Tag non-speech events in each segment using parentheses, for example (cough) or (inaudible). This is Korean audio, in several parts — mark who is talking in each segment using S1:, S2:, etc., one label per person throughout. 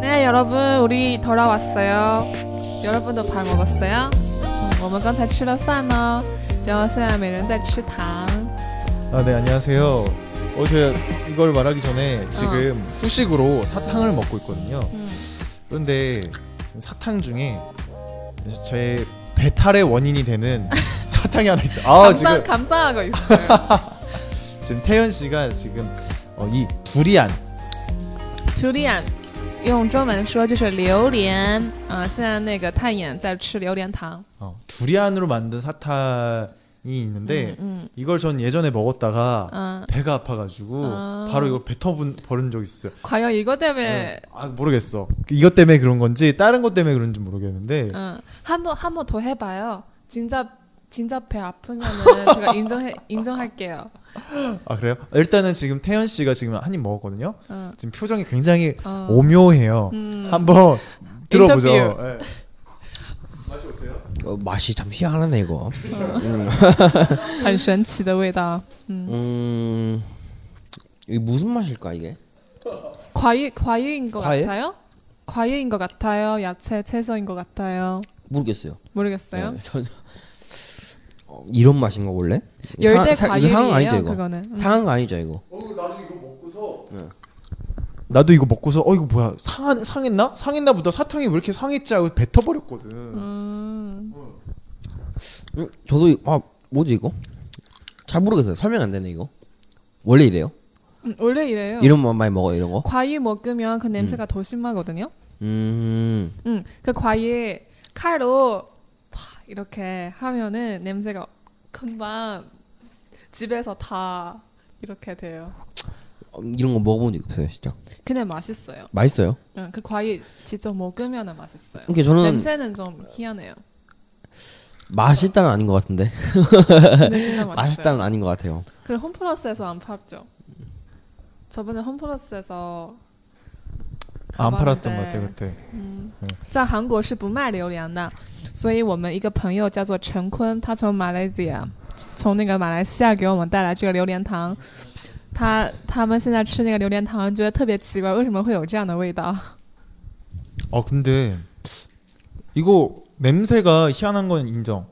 S1: 네, 여러분, 우리 돌아왔어요. 여러분도 밥 먹었어요? 음, 我们刚才吃了饭哦.然后现在每人在吃糖.
S2: 아, 네, 안녕하세요. 어제 이걸 말하기 전에 지금 후식으로 사탕을 먹고 있거든요.
S1: 음.
S2: 그런데 지금 사탕 중에 제 배탈의 원인이 되는 사탕이 하나 있어요. 아,
S1: 감사,
S2: 지금
S1: 감사하고 있어요.
S2: (laughs) 지금 태연 씨가 지금 어, 이 두리안
S1: 두리안. 어, 그用中文说就是榴莲啊、现在那个太妍在吃榴莲糖。
S2: 어, 두리안으로 만든 사탕이
S1: 음,
S2: 있는데 이걸 전 예전에 먹었다가
S1: 아.
S2: 배가 아파가지고
S1: 아.
S2: 바로 이걸 뱉어버린 적 있어요.
S1: 과연 이거 때문에
S2: 아 모르겠어. 이것 때문에 그런 건지 다른 것 때문에 그런지 모르겠는데
S1: 응. 어, 한번 한 번 더 해봐요. 진짜 진짜 배 아프면은 제가 인정해 인정할게요.
S2: 아 그래요? 일단은 지금 태연 씨가 지금 한 입 먹었거든요.
S1: 응.
S2: 지금 표정이 굉장히
S1: 어.
S2: 오묘해요.
S1: 음.
S2: 한번
S1: 인터뷰.
S2: 들어보죠. 예. 맛이 오세요?
S3: 어, 맛이 참 희한하네 이거.
S1: 很神奇的味道。
S3: 음, 이게 무슨 맛일까 이게?
S1: 과일 과일인 것
S3: 과일?
S1: 같아요? 과일인 것 같아요. 야채 채소인 것 같아요.
S3: 모르겠어요.
S1: 모르겠어요.
S3: 네, 전혀. 어, 이런 맛인가 원래?
S1: 열대
S3: 상한- 사- 이거 상한 거
S1: 과일이에요.
S3: 아니죠 이거?
S1: 그거는. 음, 응.
S3: 상한 거 아니죠 이거?
S2: 어, 나도 이거 먹고서
S3: 네.
S2: 나도 이거 먹고서 어 이거 뭐야 상한 상했나 상했나 보다 사탕이 왜 이렇게 상했지 하고 뱉어버렸거든.
S1: 음.
S3: 음, 저도 이- 아 뭐지 이거? 잘 모르겠어요. 설명 안 되네 이거. 원래 이래요?
S1: 음, 원래 이래요.
S3: 이런 맛 많이 먹어 이런 거?
S1: 과일 먹으면 그 냄새가 더 심하거든요.
S3: 음,
S1: 음, 그 과일 칼로 팍 이렇게 하면은 냄새가 금방 집에서 다 이렇게 돼요.
S3: 어, 이런 거 먹어본 적 없어요 진짜.
S1: 근데 맛있어요.
S3: 맛있어요.
S1: 응, 그 과일 직접 먹으면은 맛있어요.
S3: 이게 저는
S1: 냄새는 좀
S3: (laughs)
S1: 희한해요.
S3: 맛있다는 아닌 것 같은데
S1: 근데 진짜 맛있어요.
S3: 맛있다는 아닌 것 같아요.
S1: 그 홈플러스에서 안 팔았죠. 저번에 홈플러스에서
S2: 안 팔았던 것
S1: 가봤는데
S2: 같아 그때. 음.
S1: 在韩国是不卖榴莲的， 음, 所以我们一个朋友叫做陈坤，他从马来西亚，从那个马来西亚给我们带来这个榴莲糖。他他们现在吃那个榴莲糖，觉得特别奇怪，为什么会有这样的味道？
S2: 아 근데 이거 냄새가 희한한 건 인정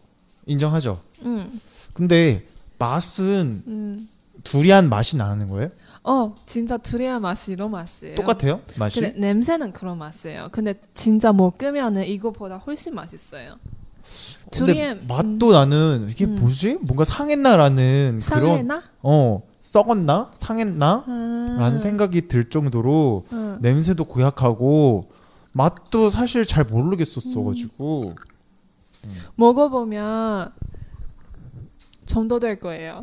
S2: 인정하죠.
S1: 嗯
S2: 근데 맛은
S1: 嗯，
S2: 두리안 맛이 나는 거예요?
S1: 哦，진짜두리안맛이이런맛이에요
S2: 똑같아요 맛이?
S1: 네. 근데 냄새는 그런 맛이에요. 근데 진짜 먹으면은 이거보다 훨씬 맛있어요.
S2: 음,
S1: 두리안
S2: 근데 맛도 나는 이게
S1: 음.
S2: 뭐지? 뭔가 상했나라는 그런
S1: 상해나?
S2: 어 썩었나 상했나?
S1: 음.
S2: 라는 생각이 들 정도로
S1: 음.
S2: 냄새도 고약하고 맛도 사실 잘 모르겠었어가지고
S1: 음. 먹어보면 정도 될 거예요.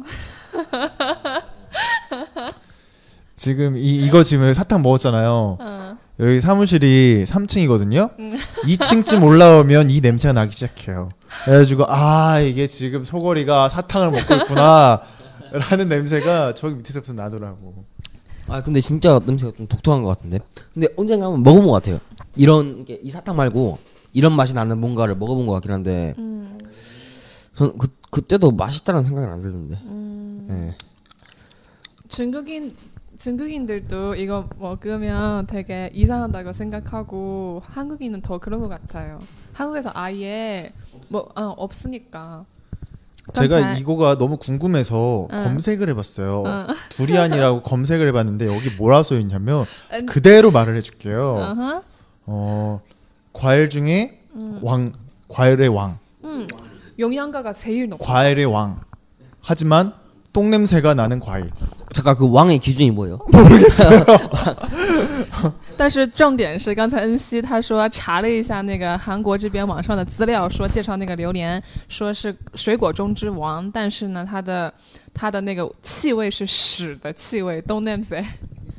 S2: 지금 이, 이거 지금 사탕 먹었잖아요
S1: 어. 음.
S2: 여기 사무실이 3층이거든요 2층쯤 올라오면 이 냄새가 나기 시작해요 그래가지고 아 이게 지금 소거리가 사탕을 먹고 있구나 라는 냄새가 저기 밑에서부터 나더라고
S3: 아 근데 진짜 냄새가 좀 독특한 것 같은데 근데 언젠가 한번 먹어본 것 같아요 이런 게 이 사탕 말고 이런 맛이 나는 뭔가를 먹어본 것 같긴 한데
S1: 음.
S3: 전 그, 그때도 맛있다는 생각은 안 들던데 예.
S1: 중국인 중국인들도 이거 먹으면 되게 이상하다고 생각하고 한국인은 더 그런 것 같아요. 한국에서 아예 뭐 어, 없으니까.
S2: 제가
S1: 잘-
S2: 이거가 너무 궁금해서
S1: 응.
S2: 검색을 해봤어요
S1: 응.
S2: 두리안이라고
S1: (laughs)
S2: 검색을 해봤는데 여기 뭐라 써있냐면
S1: 엔-
S2: 그대로 말을 해줄게요
S1: 어허.
S2: 어 과일 중에 왕 과일의 왕
S1: 영양가가 제일 높아.
S2: 과일의 왕 하지만 똥 냄새가 나는 과일
S3: 잠깐 그 왕의 기준이 뭐예요?
S1: 但是重点是，刚才恩熙他说查了一下那个韩国这边网上的资料，说介绍那个榴莲，说是水果中之王，但是呢，它的它的那个气味是屎的气味 d o n t n a m s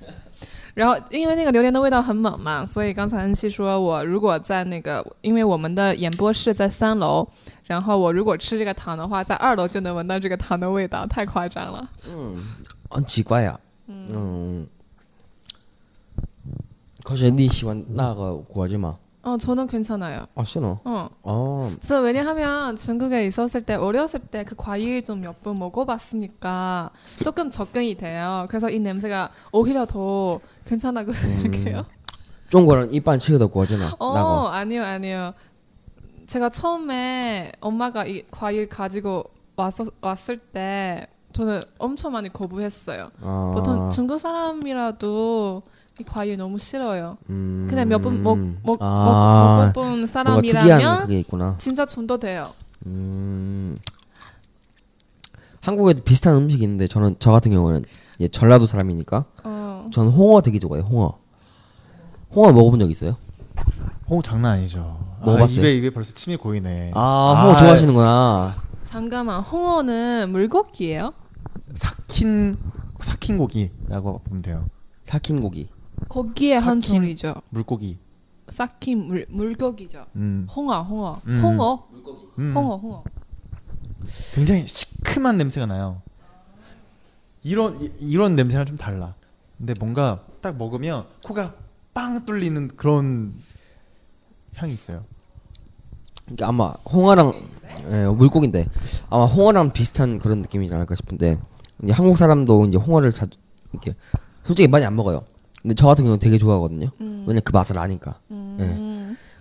S1: (laughs) 然后，因为那个榴莲的味道很猛嘛，所以刚才恩熙说我如果在那个，因为我们的演播室在三楼，然后我如果吃这个糖的话，在二楼就能闻到这个糖的味道，太夸张了。
S3: 안 아, 지과야 음. 可是你喜欢那个果子吗？
S1: 哦，저는괜찮아요。
S3: 아, 싫어.
S1: 嗯。
S3: 아,
S1: 저 왜냐하면 중국에 있었을 때 어렸을 때 그 과일 좀 몇 번 먹어봤으니까
S3: 그
S1: 조금 적응이 돼요. 그래서 이 냄새가 오히려 더 괜찮다고 생각해요.
S3: 中国人 일반 치어도 음. (laughs) 구워지나
S1: 어
S3: 나고
S1: 아니요 아니요 제가 처음에 엄마가 이 과일 가지고 왔었, 왔을 때 저는 엄청 많이 거부했어요
S3: 아,
S1: 보통 중국 사람이라도 이 과일 너무 싫어요
S3: 음,
S1: 그냥 몇 번 먹, 먹, 먹, 먹어본
S3: 아, 뭔가 특이한
S1: 사람이라면
S3: 그게 있구나
S1: 진짜 좀 더 돼요
S3: 음, 한국에도 비슷한 음식이 있는데 저는 저 같은 경우는 예, 전라도 사람이니까
S1: 어.
S3: 저는 홍어 되게 좋아해요 홍어 홍어 먹어본 적 있어요?
S2: 홍어 장난 아니죠. 아,
S3: 뭐 먹어봤어요?
S2: 입에 입에 벌써 침이 고이네.
S3: 아 홍어
S2: 아,
S3: 좋아하시는구나 예.
S1: 잠깐만 홍어는 물고기예요?
S2: 삭힌 삭힌 고기라고 보면 돼요.
S3: 삭힌 고기
S1: 고기의
S2: 삭힌-
S1: 한 종류죠
S2: 물고기.
S1: 삭힌 물, 물고기죠
S2: 음,
S1: 홍어 홍어
S2: 음.
S1: 홍어
S2: 음.
S1: 홍어 홍어
S2: 굉장히 시큼한 냄새가 나요. 이런 이- 이런 냄새랑 좀 달라. 근데 뭔가 딱 먹으면 코가 빵 뚫리는 그런 향이 있어요.
S3: 그러니까 아마 홍어랑 예, 물고기인데 아마 홍어랑 비슷한 그런 느낌이지 않을까 싶은데 이제 한국 사람도 이제 홍어를 자주 이렇게 솔직히 많이 안 먹어요. 근데 저 같은 경우는 되게 좋아하거든요. 왜냐 그 맛을 아니까.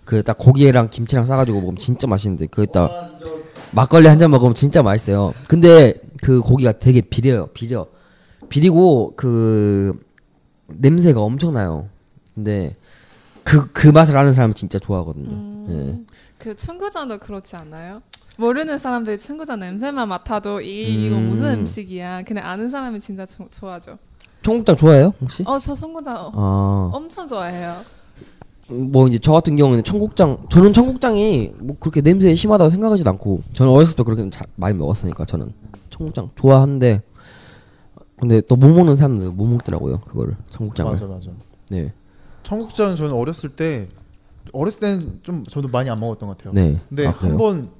S3: 그 딱 고기랑 김치랑 싸가지고 먹으면 진짜 맛있는데 그딱 막걸리 한 잔 먹으면 진짜 맛있어요. 근데 그 고기가 되게 비려요. 비려. 비리고 그 냄새가 엄청나요. 근데 그 그 맛을 아는 사람은 진짜 좋아하거든요.
S1: 음.
S3: 예.
S2: 네.
S1: 그 춘구장도 그렇지 않아요? 모르는 사람들이 춘구장 냄새만 맡아도 이
S2: 음.
S1: 이거 무슨 음식이야? 그냥 아는 사람이 진짜 조- 좋아하죠.
S3: 청국장 좋아해요
S2: 네?
S3: 혹시?
S1: 어저 춘구장
S3: 아,
S1: 엄청 좋아해요.
S3: 뭐 이제 저 같은 경우는 청국장, 저는 청국장이 뭐 그렇게 냄새에 심하다고 생각하지도 않고, 저는 어렸을 때 그렇게 자, 많이 먹었으니까 저는 청국장 좋아하는데, 근데 또 못 먹는 사람들 못 먹더라고요 그거를 청국장을.
S2: 맞아.
S3: 네,
S2: 청국장 저는 어렸을 때 어렸을 때는 좀 저도 많이 안 먹었던 것 같아요.
S3: 네.
S2: 근데
S3: 아, 그래요?
S2: 한번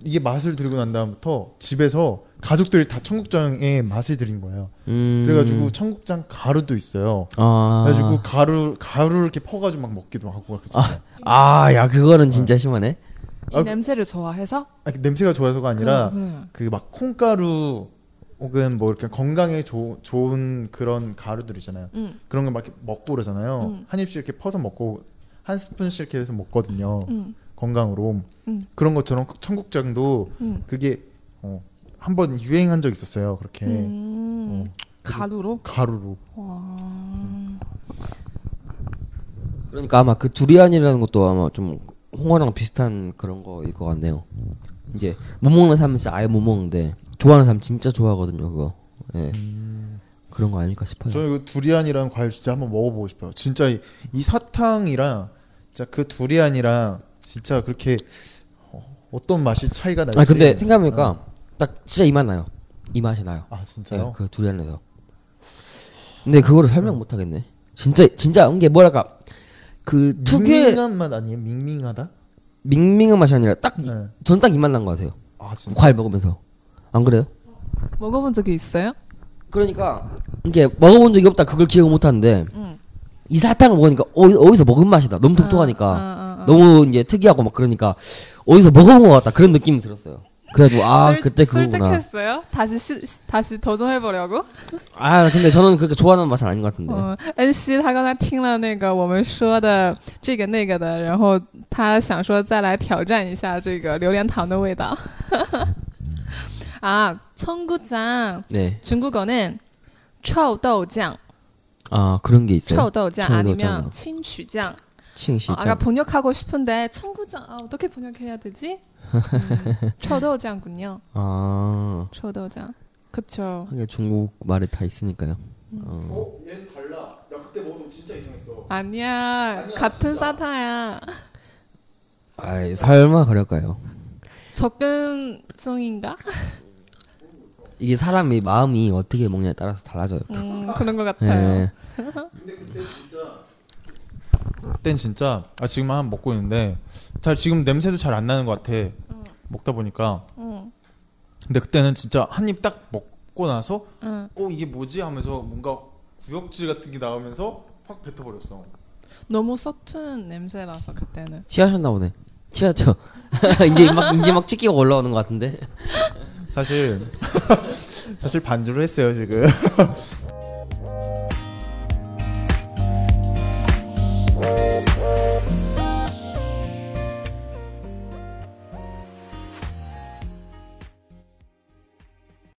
S2: 이게 맛을 들고 난 다음부터 집에서 가족들이 다 청국장의 맛을 들인 거예요.
S3: 음,
S2: 그래가지고 청국장 가루도 있어요.
S3: 아,
S2: 그래가지고 가루 가루를 이렇게 퍼가지고 막 먹기도 하고 그랬어요. 아.
S3: 아, 야 그거는 진짜 심하네.
S1: 이
S2: 아, 그-
S1: 냄새를 좋아해서
S2: 그 냄새가 좋아서가 아니라
S1: 그럼, 그럼.
S2: 그 막 콩가루 혹은 뭐 이렇게 건강에 좋- 좋은 그런 가루들 있잖아요.
S1: 음.
S2: 그런 걸 막 이렇게 먹고 그러잖아요.
S1: 음.
S2: 한 입씩 이렇게 퍼서 먹고 한 스푼씩 이렇게 해서 먹거든요.
S1: 음.
S2: 건강으로
S1: 음.
S2: 그런 것처럼 청국장도
S1: 음.
S2: 그게 어, 한번 유행한 적 있었어요. 그렇게
S1: 음.
S2: 어.
S1: 가루로.
S2: 가루로
S1: 와.
S2: 음.
S3: 그러니까 아마 그 두리안이라는 것도 아마 좀 홍어랑 비슷한 그런 거일 것 같네요. 이제 못 먹는 사람은 진짜 아예 못 먹는데 좋아하는 사람 진짜 좋아하거든요 그거. 예. 그런 거 아닐까 싶어요.
S2: 저는 이거 두리안이랑 과일 진짜 한번 먹어보고 싶어요. 진짜 이, 이 사탕이랑 진짜 그 두리안이랑 진짜 그렇게 어, 어떤 맛이 차이가 날지.
S3: 아 근데 생각해보니까 딱 진짜 이 맛 나요. 이 맛이 나요.
S2: 어. 아 진짜요? 어.
S3: 예, 그 두리안에서. 근데 그거를 설명 못 하겠네. 진짜 진짜 이게 뭐랄까 그 특유의
S2: 밍밍한 맛 아니에요? 밍밍하다?
S3: 밍밍한 맛이 아니라 딱 전
S2: 네.
S3: 딱 이 맛 난 거 같아요.
S2: 아 진짜.
S3: 과일 먹으면서 안 그래요?
S1: 먹어본 적이 있어요?
S3: 그러니까 이게 먹어본 적이 없다 그걸 기억 못 하는데 이 사탕을 먹으니까 어디, 어디서 먹은 맛이다. 너무 독특하니까
S1: 아,
S3: 너무 이제 특이하고 막 그러니까 어디서 먹어본 것 같다 그런 느낌이 들었어요. 그래가지고 아
S1: 술-
S3: 그때 그거구나.
S1: 설득했어요? 다시 시, 다시 도전해 보려고. 어,
S3: 아 근데 저는 그렇게 좋아하는 맛은 아닌 것 같은데.
S1: 嗯，恩熙他刚才听了那个我们说的这个那个的，然后他想说再来挑战一下这个榴莲糖的味道。 (laughs) 啊，청국장
S3: 네.
S1: 중국어는臭豆酱,
S3: 아 그런 게 있어요.
S1: 臭豆酱
S3: 臭
S1: 아니
S3: 豆
S1: 면
S3: 酱.
S1: 친추장 아,
S3: 칭시장.
S1: 아까 번역하고 싶은데 청구장 아 어떻게 번역해야 되지?
S3: (laughs)
S1: 음, 초豆酱군요.
S3: 아
S1: 초豆酱. 그쵸.
S3: 하긴 중국 말에 다 있으니까요.
S2: 어, 얘는 달라. 나 그때 먹어도 진짜 이상했어.
S1: 아니야 같은 사타야.
S3: 아 설마 그럴까요?
S1: 접근성인가?
S3: 이게 사람이 마음이 어떻게 먹냐에 따라서 달라져요.
S1: (laughs) 음, 그런 것
S3: 예.
S1: 같아요.
S2: 그땐 진짜 아 지금 한 먹고 있는데 잘 지금 냄새도 잘 안 나는 것 같아. 먹다 보니까.
S1: 응.
S2: 근데 그때는 진짜 한 입 딱 먹고 나서
S1: 응.
S2: 어 이게 뭐지 하면서 뭔가 구역질 같은 게 나오면서 확 뱉어버렸어.
S1: 너무 서툰 냄새라서 그때는.
S3: 취하셨나 보네. 취하죠. (laughs) 이제 막 이제 막 치기가 올라오는 것 같은데.
S2: (laughs) 사실 사실 반주를 했어요 지금.